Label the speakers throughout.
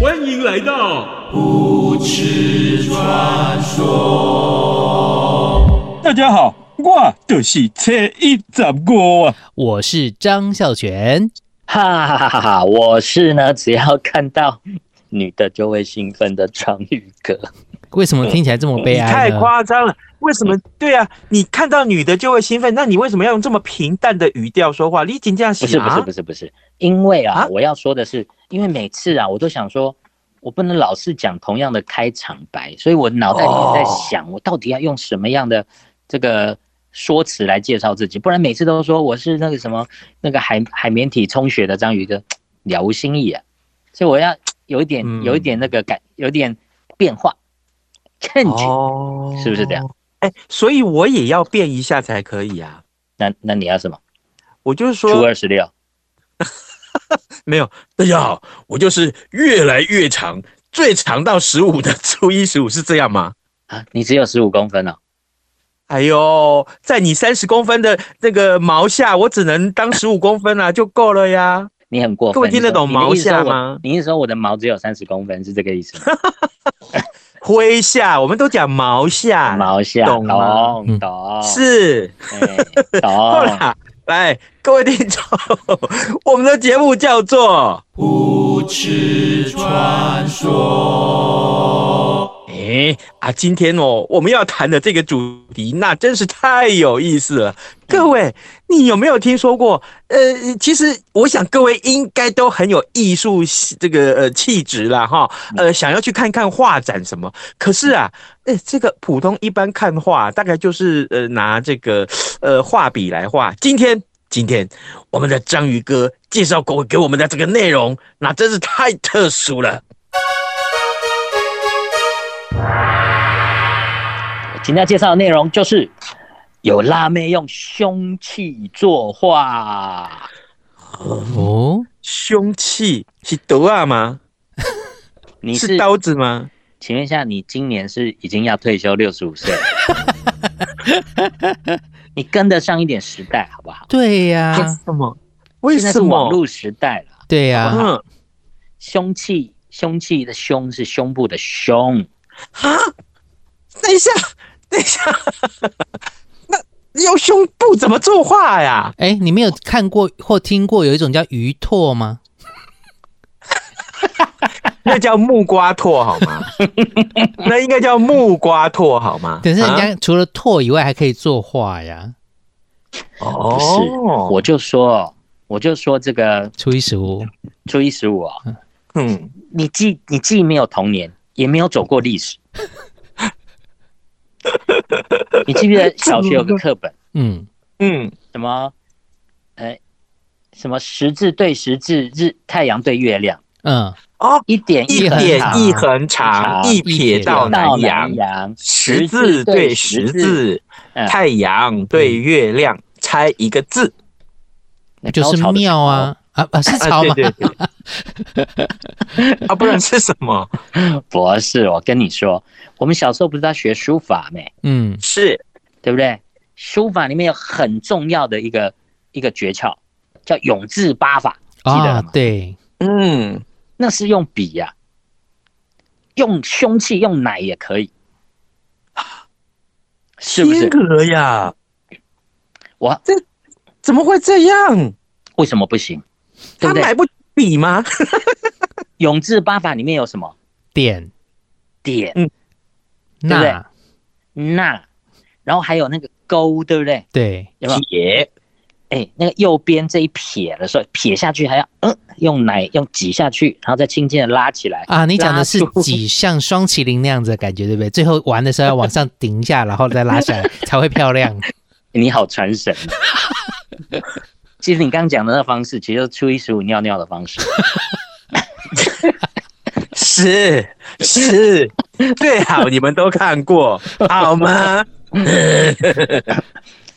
Speaker 1: 欢迎来到
Speaker 2: 大家好，我就是车一十五啊。
Speaker 3: 我是张孝全，
Speaker 4: 哈哈哈哈哈！我是呢，只要看到女的就会兴奋的章鱼 哥。
Speaker 3: 为什么听起来这么悲
Speaker 4: 哎
Speaker 5: 你
Speaker 3: 哀
Speaker 5: 太
Speaker 3: 呢？
Speaker 5: 夸张了，为什么？对啊，你看到女的就会兴奋，那你为什么要用这么平淡的语调说话？你紧这样
Speaker 4: 不
Speaker 5: 写
Speaker 4: 是不是
Speaker 5: 啊
Speaker 4: 不？是不是，因为啊，
Speaker 5: 啊
Speaker 4: 我要说的是，因为每次啊，我都想说，我不能老是讲同样的开场白，所以我脑袋里面在
Speaker 5: 哦
Speaker 4: 想，我到底要用什么样的这个说辞来介绍自己，不然每次都说我是那个什么那个海海绵体充血的章鱼哥，了无新意啊。所以我要有一点
Speaker 3: 嗯
Speaker 4: 有一点那个感，有一点变化，change。
Speaker 5: 哦
Speaker 4: 是不是这样？
Speaker 5: 哎、所以我也要变一下才可以啊。
Speaker 4: 那那你要什么？
Speaker 5: 我就是
Speaker 4: 除
Speaker 5: 说，
Speaker 4: 二十六。
Speaker 5: 没有大家好，我就是越来越长，最长到十五的初一十五是这样吗？
Speaker 4: 啊，你只有十五公分哦。
Speaker 5: 哎呦，在你三十公分的那个毛下，我只能当十五公分啊，就够了呀。
Speaker 4: 你很过分。
Speaker 5: 各位听得懂
Speaker 4: 你说
Speaker 5: 毛下吗
Speaker 4: 你的意思说我你是说我的毛只有三十公分，是这个意思 吗？
Speaker 5: 麾下，我们都讲毛下，
Speaker 4: 毛下，
Speaker 5: 啊懂
Speaker 4: 懂
Speaker 5: 吗
Speaker 3: 嗯
Speaker 4: 懂懂，
Speaker 5: 是。
Speaker 4: 哎
Speaker 5: 够
Speaker 4: 懂。
Speaker 5: 啦！来，啊各位听众，我们的节目叫做《无耻传说》。哎啊，今天哦，我们要谈的这个主题，那真是太有意思了。各位，你有没有听说过？呃，其实我想各位应该都很有艺术系这个呃气质啦，哈，呃，想要去看看画展什么。可是啊，哎、这个普通一般看画，大概就是呃拿这个呃画笔来画。今天今天我们的章鱼哥介绍给我给我们的这个内容，那真是太特殊了。
Speaker 4: 今天要介绍的内容就是有辣妹用凶器作画，
Speaker 3: 哦，
Speaker 5: 凶器是刀啊吗？
Speaker 4: 你
Speaker 5: 是
Speaker 4: 是？
Speaker 5: 刀子吗？
Speaker 4: 请问一下，你今年是已经要退休六十 五岁了？你跟得上一点时代好不好？
Speaker 3: 对呀、
Speaker 5: 什么？为
Speaker 4: 啊现在是
Speaker 5: 什
Speaker 4: 网
Speaker 5: 么？
Speaker 4: 络时代了。
Speaker 3: 对呀、
Speaker 5: 嗯，
Speaker 4: 凶器，凶器的凶是胸部的胸，
Speaker 5: 啊！等一下，等一下， 那用胸部怎么作画呀？
Speaker 3: 哎，你没有看过或听过有一种叫鱼拓吗？
Speaker 5: 那叫木瓜拓好 吗？那应该叫木瓜拓好吗？
Speaker 3: 可是人
Speaker 5: 啊
Speaker 3: 家除了拓以外，还可以作画呀。
Speaker 5: 哦
Speaker 4: 不是，我就说，我就说这个
Speaker 3: 初一十五，
Speaker 4: 初一十五哦，
Speaker 5: 嗯，
Speaker 4: 你既你既没有童年，也没有走过历 史。你记不记得小学有个课本，
Speaker 3: 嗯，
Speaker 5: 嗯，
Speaker 4: 什么，呃，什么十字对十字，日太阳对月亮，
Speaker 3: 嗯，
Speaker 5: 哦，
Speaker 4: 一点
Speaker 5: 一
Speaker 4: 横
Speaker 5: 点
Speaker 4: 长
Speaker 5: 一横长，
Speaker 4: 一
Speaker 5: 一撇到南
Speaker 4: 到
Speaker 5: 阳
Speaker 4: 南，阳，
Speaker 5: 十字对十字，嗯
Speaker 4: 嗯
Speaker 5: 太阳对月亮，猜一个字
Speaker 4: 那
Speaker 3: 嗯
Speaker 4: 高
Speaker 3: 就是
Speaker 4: 潮的时
Speaker 3: 庙
Speaker 4: 候
Speaker 3: 啊，啊啊是
Speaker 5: 啊，
Speaker 3: 朝
Speaker 5: 对
Speaker 3: 吗？
Speaker 5: 对对， 啊，不然是什么？
Speaker 4: 不是，我跟你说，我们小时候不是要学书法没，
Speaker 3: 嗯，
Speaker 5: 是
Speaker 4: 对不对？书法里面有很重要的一个一个诀窍，叫永字八法，记得
Speaker 3: 啊
Speaker 4: 了吗？
Speaker 3: 对，
Speaker 5: 嗯，
Speaker 4: 那是用笔呀、用凶器，用奶也可以，是不是
Speaker 5: 天？鹅呀？
Speaker 4: 我
Speaker 5: 怎么会这样？
Speaker 4: 为什么不行？对
Speaker 5: 他
Speaker 4: 不对
Speaker 5: 买不起笔吗？
Speaker 4: 永字八法里面有什么
Speaker 3: 点
Speaker 4: 点、对不
Speaker 3: 捺，
Speaker 4: 捺，然后还有那个勾，对不对？
Speaker 3: 对，
Speaker 4: 有没有？
Speaker 5: 铁
Speaker 4: 哎，那个右边这一撇的时候，撇下去还要嗯、呃，用奶用挤下去，然后再轻轻的拉起来
Speaker 3: 啊。你讲的是挤，像双麒麟那样子的感觉，对不对？最后玩的时候要往上顶一下，然后再拉下来才会漂亮。
Speaker 4: 你好传神。 其实你刚刚讲的那方式，其实就是初一十五尿尿的 方式。
Speaker 5: 是是，最好你们都看过，好 吗？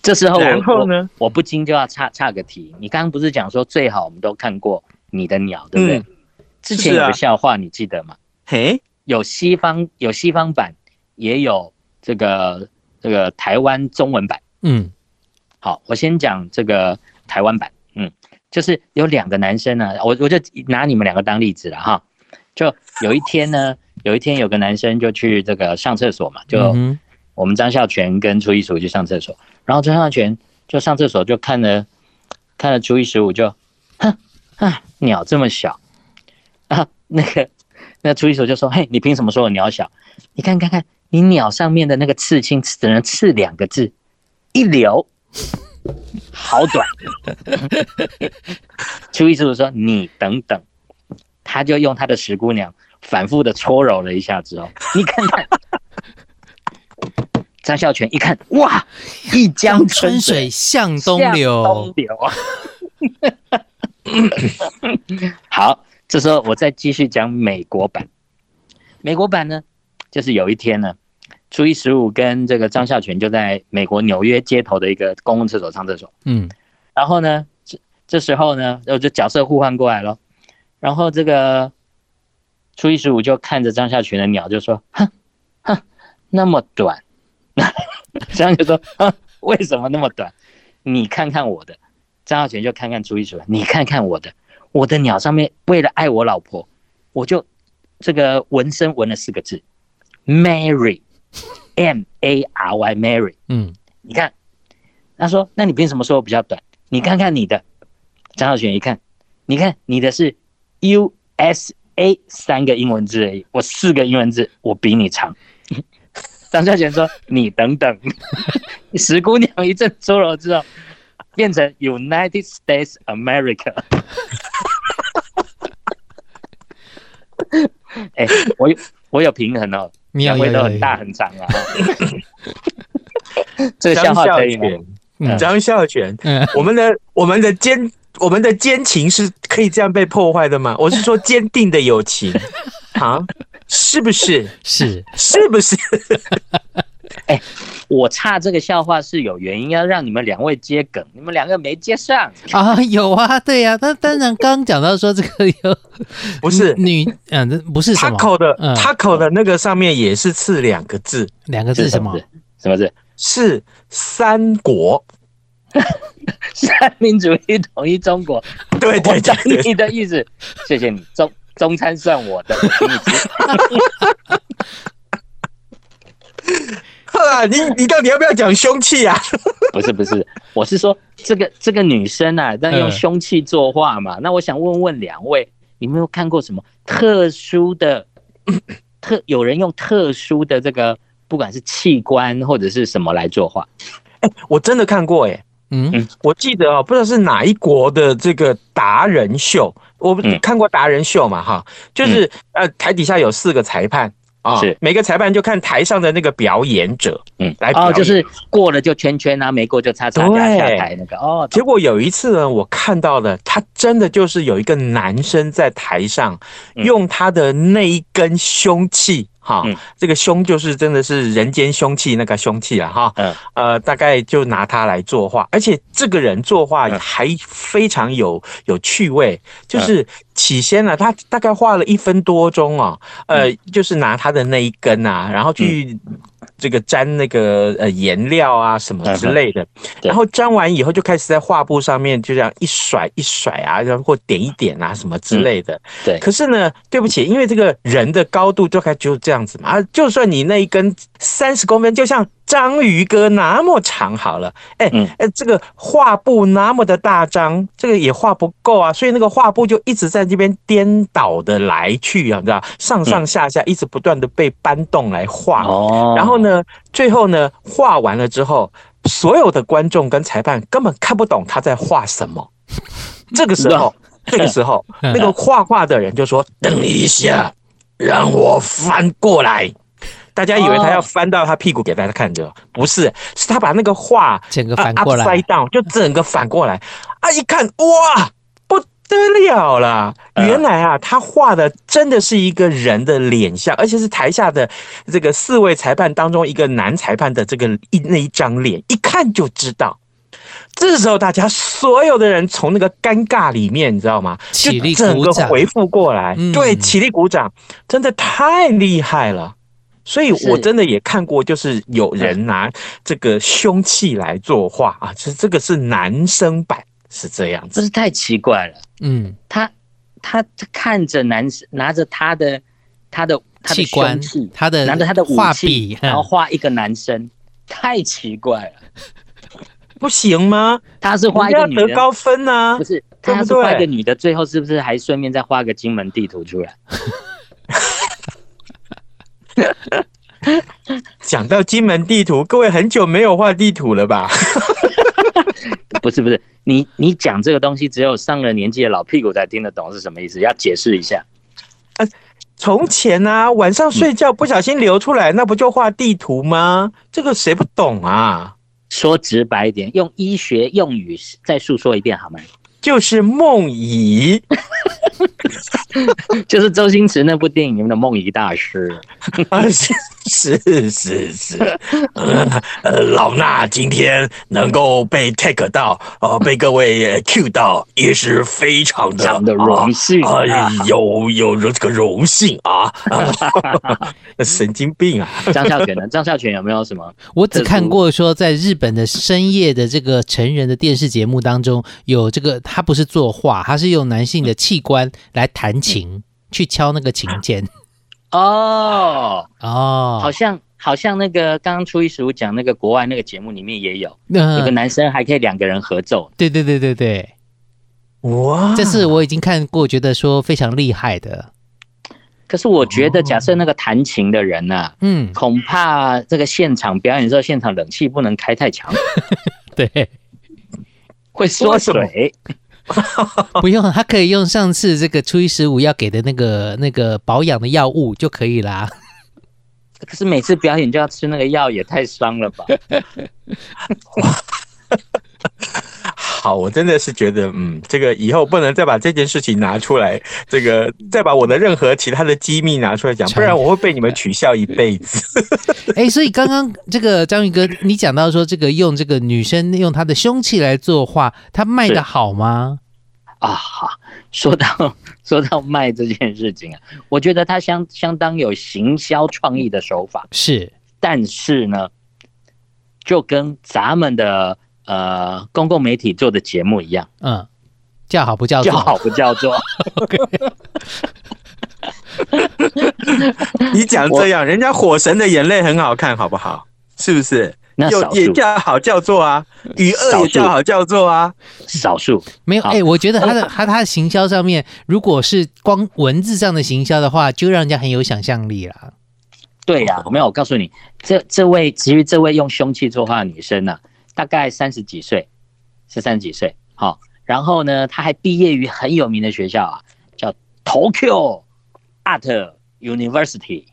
Speaker 4: 这时候我，
Speaker 5: 然后呢
Speaker 4: 我？我不禁就要岔岔个题。你刚刚不是讲说最好我们都看过你的鸟，对不对？
Speaker 5: 嗯
Speaker 4: 之前
Speaker 5: 是
Speaker 4: 有
Speaker 5: 啊
Speaker 4: 个笑话，你记得吗？
Speaker 5: 嘿，
Speaker 4: 有西方有西方版，也有这个这个台湾中文版。
Speaker 3: 嗯
Speaker 4: 好，我先讲这个台湾版，嗯，就是有两个男生呢，我我就拿你们两个当例子了哈。就有一天呢，有一天有个男生就去这个上厕所嘛，就、
Speaker 3: 嗯哼
Speaker 4: 我们张孝全跟初一十五去上厕所，然后张孝全就上厕所就看了看了初一十五就，哼啊鸟这么小啊那个那初一十五就说嘿你凭什么说我鸟小？你看看看你鸟上面的那个刺青只能刺两个字，一流，好短。初一十五说你等等，他就用他的石姑娘反复的搓揉了一下之后，你看看。张孝全一看，哇，一江
Speaker 3: 江春水向东
Speaker 4: 东
Speaker 3: 流，
Speaker 4: 流啊！ 好，这时候我再继续讲美国版。美国版呢，就是有一天呢，初一十五跟这个张孝全就在美国纽约街头的一个公共厕所上厕所，
Speaker 3: 嗯
Speaker 4: 然后呢，这这时候呢，我就角色互换过来了，然后这个初一十五就看着张孝全的鸟就说：“哼，哼，那么短。” 张孝全说：“哼，为什么那么短？你看看我的。”张孝全就看看初一十五，你看看我的，我的鸟上面为了爱我老婆，我就这个纹身纹了四个字：Mary，M A R Y Mary。
Speaker 3: 嗯，
Speaker 4: 你看，他说，那你凭什么说我比较短？你看看你的，张浩选一看，你看你的是 U S A 三个英文字而已，我四个英文字，我比你长。 张孝全说：“你等等。” 石姑娘一阵搓揉之后，变成 United States America。哎、我有我有平衡哦，
Speaker 3: 你有嗯有
Speaker 4: 两位
Speaker 3: 有
Speaker 4: 都
Speaker 3: 有
Speaker 4: 很大很长啊。这个笑话啊可以吗？
Speaker 3: 嗯
Speaker 5: 张孝全，
Speaker 3: 嗯
Speaker 5: 我们的我们的坚我们的奸情是可以这样被破坏的吗？我是说坚定的友情啊，是不是？
Speaker 3: 是
Speaker 5: 是不是？
Speaker 4: 我插这个笑话是有原因，要让你们两位接梗，你们两个没接上。
Speaker 3: 啊，有啊，对呀、那当然，刚刚讲到说这个 有
Speaker 5: 不是
Speaker 3: 女，
Speaker 6: 呃
Speaker 3: 嗯，这不是什么
Speaker 5: ？taco 的
Speaker 3: 嗯
Speaker 5: taco 的那个上面也是刺两个字，
Speaker 3: 两个字什么？？
Speaker 4: 什么字？
Speaker 5: 是三国。
Speaker 4: 三民主义统一中国。
Speaker 5: 对哎对
Speaker 4: 我
Speaker 5: 对
Speaker 4: 懂
Speaker 5: 对
Speaker 4: 你的意思，谢谢你。中中餐算我的，我请你吃。
Speaker 5: 啊，你你到底要不要讲凶器啊？
Speaker 4: 不是不是，我是说这个这个女生啊，但用
Speaker 3: 嗯
Speaker 4: 凶器作画嘛。那我想问问两位，你们有看过什么特殊的特？有人用特殊的这个，不管是器官或者是什么来作画？
Speaker 5: 我真的看过哎、
Speaker 3: 嗯
Speaker 5: 我记得哦，不知道是哪一国的这个达人秀，我不
Speaker 4: 嗯
Speaker 5: 看过达人秀嘛哈，就是、呃台底下有四个裁判啊，
Speaker 4: 是
Speaker 5: 每个裁判就看台上的那个表演者，
Speaker 4: 嗯，
Speaker 5: 来表
Speaker 4: 哦，
Speaker 5: 演
Speaker 4: 就是过了就圈圈啊，没过就叉叉加
Speaker 5: 对
Speaker 4: 下台那个哦，
Speaker 5: 结果有一次呢，我看到了他真的就是有一个男生在台上
Speaker 4: 嗯
Speaker 5: 用他的那一根凶器。哈
Speaker 4: 嗯，
Speaker 5: 这个凶就是真的是人间凶器，那个凶器了哈。
Speaker 4: 嗯，
Speaker 5: 呃，大概就拿它来作画，而且这个人作画
Speaker 4: 嗯
Speaker 5: 还非常有有趣味。就
Speaker 4: 嗯
Speaker 5: 是起先呢、他大概画了一分多钟哦，呃，
Speaker 4: 嗯
Speaker 5: 就是拿他的那一根啊，然后去这个沾那个呃颜料啊什么之类的，
Speaker 4: 嗯对
Speaker 5: 然后粘完以后就开始在画布上面就这样一甩一甩啊，然后或点一点啊什么
Speaker 4: 嗯
Speaker 5: 之类的。
Speaker 4: 对
Speaker 5: 可是呢，对不起，因为这个人的高度大概就这样子嘛，啊，就算你那一根三十公分，就像章鱼哥那么长好了，哎、
Speaker 4: 嗯
Speaker 5: 哎，这个画布那么的大张，这个也画不够啊，所以那个画布就一直在这边颠倒的来去啊，你知道，上上下下一直不断的被搬动来画。
Speaker 4: 嗯哦，
Speaker 5: 然后？呢，最后呢，画完了之后，所有的观众跟裁判根本看不懂他在画什 么。这个时候， 嗯这个时候，那个画画的人就说：“等一下，让我翻过来。”大家以为他要翻到他屁股给大家看着，不是，是他把那个画
Speaker 6: 整个反过来
Speaker 5: 啊
Speaker 4: 啊
Speaker 5: ，upside down，就整个反过来。啊，一看，哇！得了啦！原来啊，他画的真的是一个人的脸像，而且是台下的这个四位裁判当中一个男裁判的这个一那一张脸，一看就知道。这时候大家所有的人从那个尴尬里面，你知道吗？就
Speaker 6: 起立
Speaker 5: 整
Speaker 6: 鼓
Speaker 5: 个
Speaker 6: 掌
Speaker 5: 回复过来，
Speaker 6: 嗯
Speaker 5: 对，起立鼓掌，真的太厉害了。所以我
Speaker 4: 是
Speaker 5: 真的也看过，就是有人拿这个凶器来作画啊，就是这个是男生版，是这样子
Speaker 4: 这。是太奇怪了。
Speaker 6: 嗯，
Speaker 4: 他他他看着男生拿着他的他的他的
Speaker 6: 器官
Speaker 4: 凶器，
Speaker 6: 他的
Speaker 4: 拿着他的武
Speaker 6: 画
Speaker 4: 器
Speaker 6: 笔，嗯
Speaker 4: 然后画一个男生，太奇怪了。
Speaker 5: 不行吗？
Speaker 4: 他是画一个
Speaker 5: 人
Speaker 4: 女
Speaker 5: 家要得
Speaker 4: 的，
Speaker 5: 高分啊呢、
Speaker 4: 不是
Speaker 5: 对
Speaker 4: 他
Speaker 5: 不
Speaker 4: 是画一
Speaker 5: 对
Speaker 4: 个女的，最后是不是还顺便再画个金门地图出来？
Speaker 5: 讲到金门地图，各位很久没有画地图了吧？
Speaker 4: 不是不是，你你讲这个东西，只有上了年纪的老屁股才听得懂是什么意思，要解释一下。
Speaker 5: 从前啊，晚上睡觉
Speaker 4: 嗯
Speaker 5: 不小心流出来，那不就画地图吗？这个谁不懂啊？
Speaker 4: 说直白一点，用医学用语再诉说一遍好吗？
Speaker 5: 就是梦遗，
Speaker 4: 就是周星驰那部电影里面的梦遗大 师。
Speaker 5: 啊是是是是，呃呃，老衲今天能够被 take 到，呃，被各位 Q 到，也是非常的
Speaker 4: 讲的荣幸
Speaker 5: 啊
Speaker 4: 啊，
Speaker 5: 有有这个荣幸啊， 神经病啊！
Speaker 4: 张孝全呢？ 张孝全有没有什么？
Speaker 6: 我只看过说，在日本的深夜的这个成人的电视节目当中，有这个他不是作画，他是用男性的器官来弹琴，去敲那个琴键。
Speaker 4: 哦，好
Speaker 6: 哦，
Speaker 4: 像好像那个刚刚初一十五讲那个国外那个节目里面也有，
Speaker 5: 嗯
Speaker 4: 有
Speaker 6: 那
Speaker 4: 个男生还可以两个人合奏。
Speaker 6: 嗯对对对对对，
Speaker 5: 哇，
Speaker 4: 啊
Speaker 6: 这是我已经看过，觉得说非常厉害的。
Speaker 4: 可是我觉得，假设那个弹琴的人呢、啊，
Speaker 6: 嗯，
Speaker 4: 恐怕这个现场表演的时候，现场冷气不能开太强，
Speaker 6: 对，
Speaker 4: 会缩
Speaker 5: 为什么
Speaker 4: 水。
Speaker 6: 不用，他可以用上次这个初一十五要给的那个那个保养的药物就可以 啦。
Speaker 4: 可是每次表演就要吃那个药，也太伤了吧？
Speaker 5: 好，我真的是觉得，嗯，这个以后不能再把这件事情拿出来，这个再把我的任何其他的机密拿出来讲，不然我会被你们取笑一辈子。
Speaker 6: 哎，所以刚刚这个章鱼哥，你讲到说这个用这个女生用她的凶器来作画，她卖的好吗？
Speaker 4: 啊，好，说到 说到卖这件事情啊，我觉得他相相当有行销创意的手法，
Speaker 6: 是，
Speaker 4: 但是呢，就跟咱们的呃公共媒体做的节目一样，
Speaker 6: 嗯，叫好不叫
Speaker 4: 叫
Speaker 6: 座，
Speaker 4: 好不叫座。
Speaker 5: 你讲这样，人家《火神的眼泪》很好看，好不好？是不是？
Speaker 4: 那
Speaker 5: 有
Speaker 4: 少
Speaker 5: 也
Speaker 4: 数
Speaker 5: 叫好叫座啊，与恶也叫好叫座啊。
Speaker 4: 少数，
Speaker 6: 没有？
Speaker 4: 好
Speaker 6: 哎，我觉得他的他他的行销上面，如果是光文字上的行销的话，就让人家很有想象力 啦。
Speaker 4: 对呀、没有，我告诉你，这这位其实这位用凶器作画的女生呢、啊大概三十几岁，是三十几岁，好、然后呢，她还毕业于很有名的学校啊，叫 Tokyo Art University，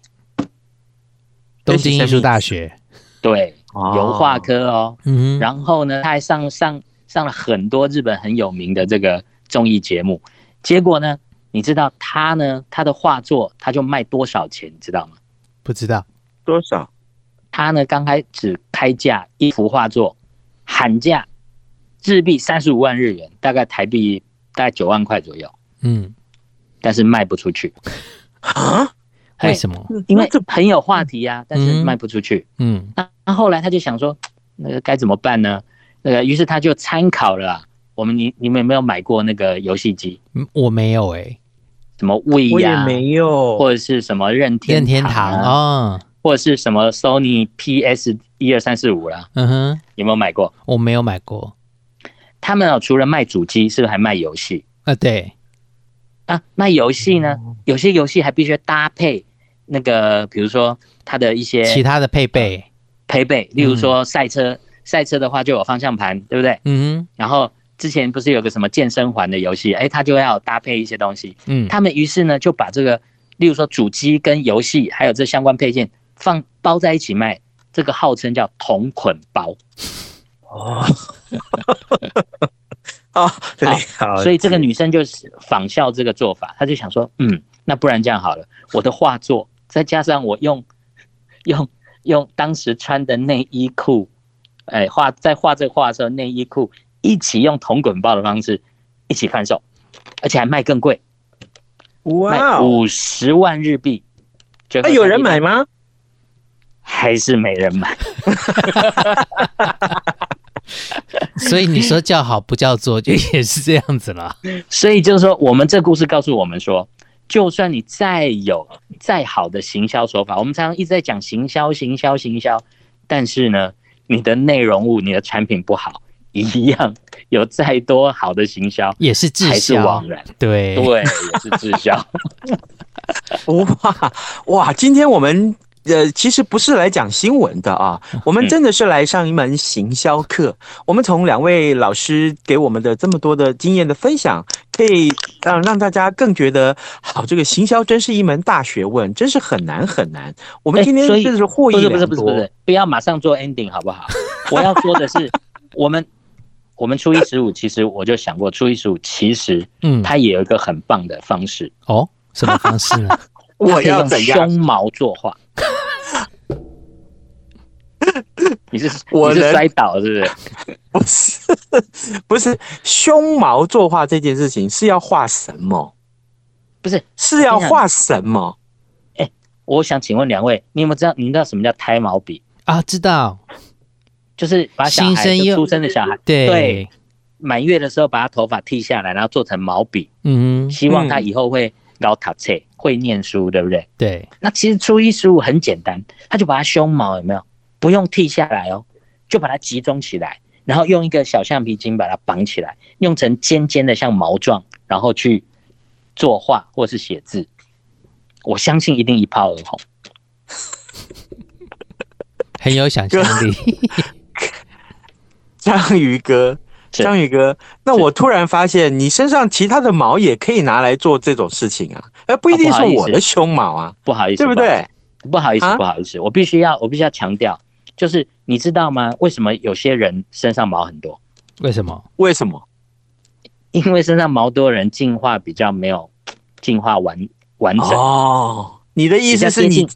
Speaker 6: 东京艺术大学，
Speaker 4: 对，
Speaker 5: 哦
Speaker 4: 油画科哦，
Speaker 6: 嗯哼，
Speaker 4: 然后呢，他还上上上了很多日本很有名的这个综艺节目。结果呢，你知道他呢，他的画作他就卖多少钱，你知道吗？
Speaker 6: 不知道，
Speaker 5: 多少？
Speaker 4: 他呢刚开始开价一幅画作，喊价日币三十五万日元，大概台币大概九万块左右，
Speaker 6: 嗯，
Speaker 4: 但是卖不出去，哎
Speaker 6: 啊为什么？
Speaker 4: 因为很有话题呀、但是
Speaker 6: 嗯
Speaker 4: 卖不出去。
Speaker 6: 嗯
Speaker 4: 那那后来他就想说，那个该怎么办呢？那个于是他就参考了啊、我们你你们有没有买过那个游戏机？
Speaker 6: 嗯我没有哎，
Speaker 4: 什么 w
Speaker 5: 我也
Speaker 4: i 呀、
Speaker 5: 没有。
Speaker 4: 或者是什么任天
Speaker 6: 任天堂
Speaker 4: 堂啊，
Speaker 6: 啊，
Speaker 4: 或者是什么 Sony PS 一二三四五啦，
Speaker 6: 嗯哼，
Speaker 4: 有没有买过？
Speaker 6: 我没有买过
Speaker 4: 他们哦，除了卖主机，是不是还卖游戏
Speaker 6: 啊，对，
Speaker 4: 啊？卖游戏呢，
Speaker 6: 哦
Speaker 4: 有些游戏还必须搭配那个，比如说它的一些
Speaker 6: 其他的配备，
Speaker 4: 配备，例如说赛车、赛车的话就有方向盘，对不对？
Speaker 6: 嗯
Speaker 4: 然后之前不是有个什么健身环的游戏，哎，它就要搭配一些东西。
Speaker 6: 嗯
Speaker 4: 他们于是呢就把这个，例如说主机跟游戏还有这相关配件放包在一起卖，这个号称叫同捆包。
Speaker 5: 哦 啊，对，好，
Speaker 4: 所以这个女生就是仿效这个做法，她就想说，嗯，那不然这样好了，我的画作再加上我用用用当时穿的内衣裤，哎，画在画这画的时候，内衣裤一起用铜滚爆的方式一起贩售，而且还卖更贵，
Speaker 5: 哇
Speaker 4: 卖
Speaker 5: 哦，
Speaker 4: 五十万日币。
Speaker 5: 那哎有人买？吗？
Speaker 4: 还是没人买？
Speaker 6: 所以你说叫好不叫座，就也是这样子 了。
Speaker 4: 所以就是说，我们这故事告诉我们说，就算你再有再好的行销手法，我们常常一直在讲行销、行销、行销，但是呢，你的内容物、你的产品不好，一样有再多好的行销，
Speaker 6: 也是滞
Speaker 4: 还是
Speaker 6: 销
Speaker 4: 枉，然。
Speaker 6: 对
Speaker 4: 对，也是滞 销。
Speaker 5: 哇哇，今天我们呃其实不是来讲新闻的啊， 我们真的是来上一门行销课。我们从两位老师给我们的这么多的经验的分享，可以让让大家更觉得好，这个行销真是一门大学问，真是很难很难。我们
Speaker 4: 哎
Speaker 5: 今天
Speaker 4: 所以
Speaker 5: 真的是获益
Speaker 4: 不是不
Speaker 5: 良
Speaker 4: 是不是不
Speaker 5: 多
Speaker 4: 是，不要马上做 ending 好不好？我要说的是，我们我们初一十五，其实我就想过，初一十五其实
Speaker 6: 嗯，
Speaker 4: 它也有一个很棒的方式，
Speaker 6: 哦，什么方 式呢？
Speaker 5: 我
Speaker 4: 可以
Speaker 5: 要
Speaker 4: 用
Speaker 5: 怎样？
Speaker 4: 胸毛 作画。你是
Speaker 5: 我
Speaker 4: 你是
Speaker 5: 能
Speaker 4: 摔倒是不是？
Speaker 5: 不是 不是，胸毛作画这件事情是要画什么？
Speaker 4: 不是，
Speaker 5: 是要
Speaker 4: 我跟你讲
Speaker 5: 画什么？
Speaker 4: 我想请问两位，你有没有知道？你知道什么叫胎毛笔？
Speaker 6: 啊，知道，
Speaker 4: 就是把小
Speaker 6: 新
Speaker 4: 孩
Speaker 6: 生
Speaker 4: 就
Speaker 6: 幼
Speaker 4: 出生的小孩，
Speaker 6: 对，
Speaker 4: 对满月的时候把他头发剃下来，然后做成毛笔，
Speaker 6: 嗯，
Speaker 4: 希望他以后会高塔册，会念书，对不对？
Speaker 6: 对，
Speaker 4: 那其实初一十五很简单，他就把它胸毛有没有不用剃下来哦，就把它集中起来，然后用一个小橡皮筋把它绑起来，用成尖尖的像毛状，然后去作画或是写字。我相信一定一炮而红。
Speaker 6: 很有想象 力。
Speaker 5: 章鱼哥，
Speaker 4: 是
Speaker 5: 章鱼哥，那我突然发现你身上其他的毛也可以拿来做这种事情啊，而不一定
Speaker 4: 啊
Speaker 5: 是
Speaker 4: 不好意思
Speaker 5: 我的胸毛啊，
Speaker 4: 不好意思，
Speaker 5: 对不对？
Speaker 4: 不好意思？不好意
Speaker 5: 啊
Speaker 4: 思，不好意思，我必须要，我必须要强调，就是你知道吗？为什么有些人身上毛很多？
Speaker 6: 为什么？
Speaker 5: 为什么？
Speaker 4: 因为身上毛多的人进化比较没有进化完完整。
Speaker 5: 哦，你的意思是
Speaker 4: 比较
Speaker 5: 你
Speaker 4: 接近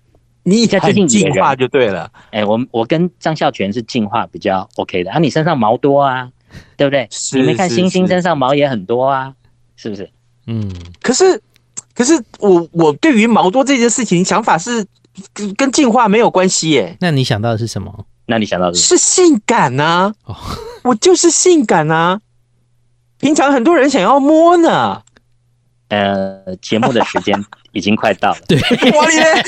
Speaker 5: 你
Speaker 4: 比较接近
Speaker 5: 很进
Speaker 4: 野人
Speaker 5: 化就对了，
Speaker 4: 哎、我我跟张孝全是进化比较 OK 的啊，你身上毛多啊，对不对？
Speaker 5: 是
Speaker 4: 你没看
Speaker 5: 是
Speaker 4: 星星
Speaker 5: 是
Speaker 4: 身上毛也很多啊，是不是？
Speaker 6: 嗯，
Speaker 5: 可是，可是我我对于毛多这件事情想法是跟跟进化没有关系耶，
Speaker 6: 那你想到的是什么？
Speaker 4: 那你想到什
Speaker 5: 是性感呐、
Speaker 6: 哦
Speaker 5: 我就是性感呐、平常很多人想要摸 呢，
Speaker 4: 么？呃，节目的时间已经快 到了，对，
Speaker 5: 哇你嘞！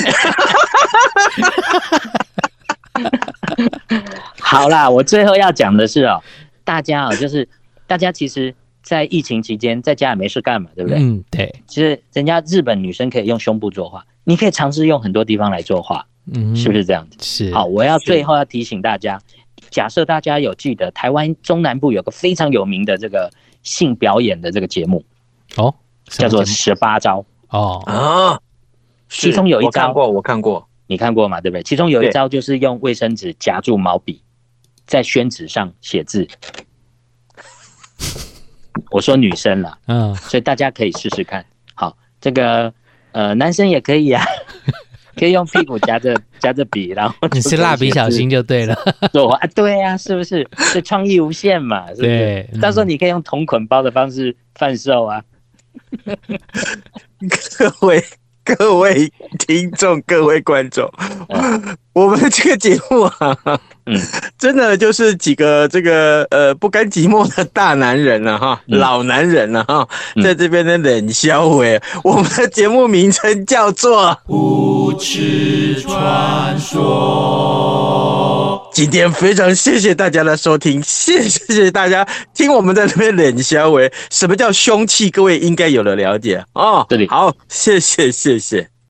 Speaker 4: 好啦，我最后要讲的是哦，大家哦，就是大家其实，在疫情期间在家也没事干嘛，对不对？
Speaker 6: 嗯，对，
Speaker 4: 其实人家日本女生可以用胸部作画，你可以尝试用很多地方来作画，
Speaker 6: 嗯，
Speaker 4: 是不是这样子？
Speaker 6: 是？
Speaker 4: 好，，我要最后要提醒大家，假设大家有记得，台湾中南部有个非常有名的这个性表演的这个节目，
Speaker 6: 哦，什
Speaker 4: 叫
Speaker 6: 么
Speaker 4: 做《
Speaker 6: 节目
Speaker 4: 十八招》，
Speaker 6: 哦，
Speaker 5: 啊，
Speaker 4: 其中有一
Speaker 5: 我看
Speaker 4: 招
Speaker 5: 过，我看过，
Speaker 4: 你看过嘛？对不对？其中有一
Speaker 5: 对
Speaker 4: 招就是用卫生纸夹住毛笔，在宣纸上写字。我说女生啦，
Speaker 6: 嗯，
Speaker 4: 所以大家可以试试看。好，这个呃，男生也可 以啊，可以用屁股夹着夹着笔，然后
Speaker 6: 你
Speaker 4: 就是
Speaker 6: 蜡笔
Speaker 4: 写
Speaker 6: 小
Speaker 4: 字
Speaker 6: 新就对了，
Speaker 4: 做 啊，对呀、啊，是不是？这创意无限嘛，是不是？
Speaker 6: 对嗯
Speaker 4: 到时候你可以用同捆包的方式贩售啊。
Speaker 5: 各位各位听众，各位观众，我们这个节目啊，
Speaker 4: 嗯
Speaker 5: 真的就是几个这个呃不甘寂寞的大男人了、哈，
Speaker 4: 嗯
Speaker 5: 老男人了、哈，
Speaker 4: 嗯
Speaker 5: 在这边的冷笑伟，我们的节目名称叫做《无耻传说》。今天非常谢谢大家的收听， 谢谢谢谢大家听我们在那边冷笑伟，什么叫凶器，各位应该有了了解哦。
Speaker 4: 对
Speaker 5: 好，谢谢谢谢，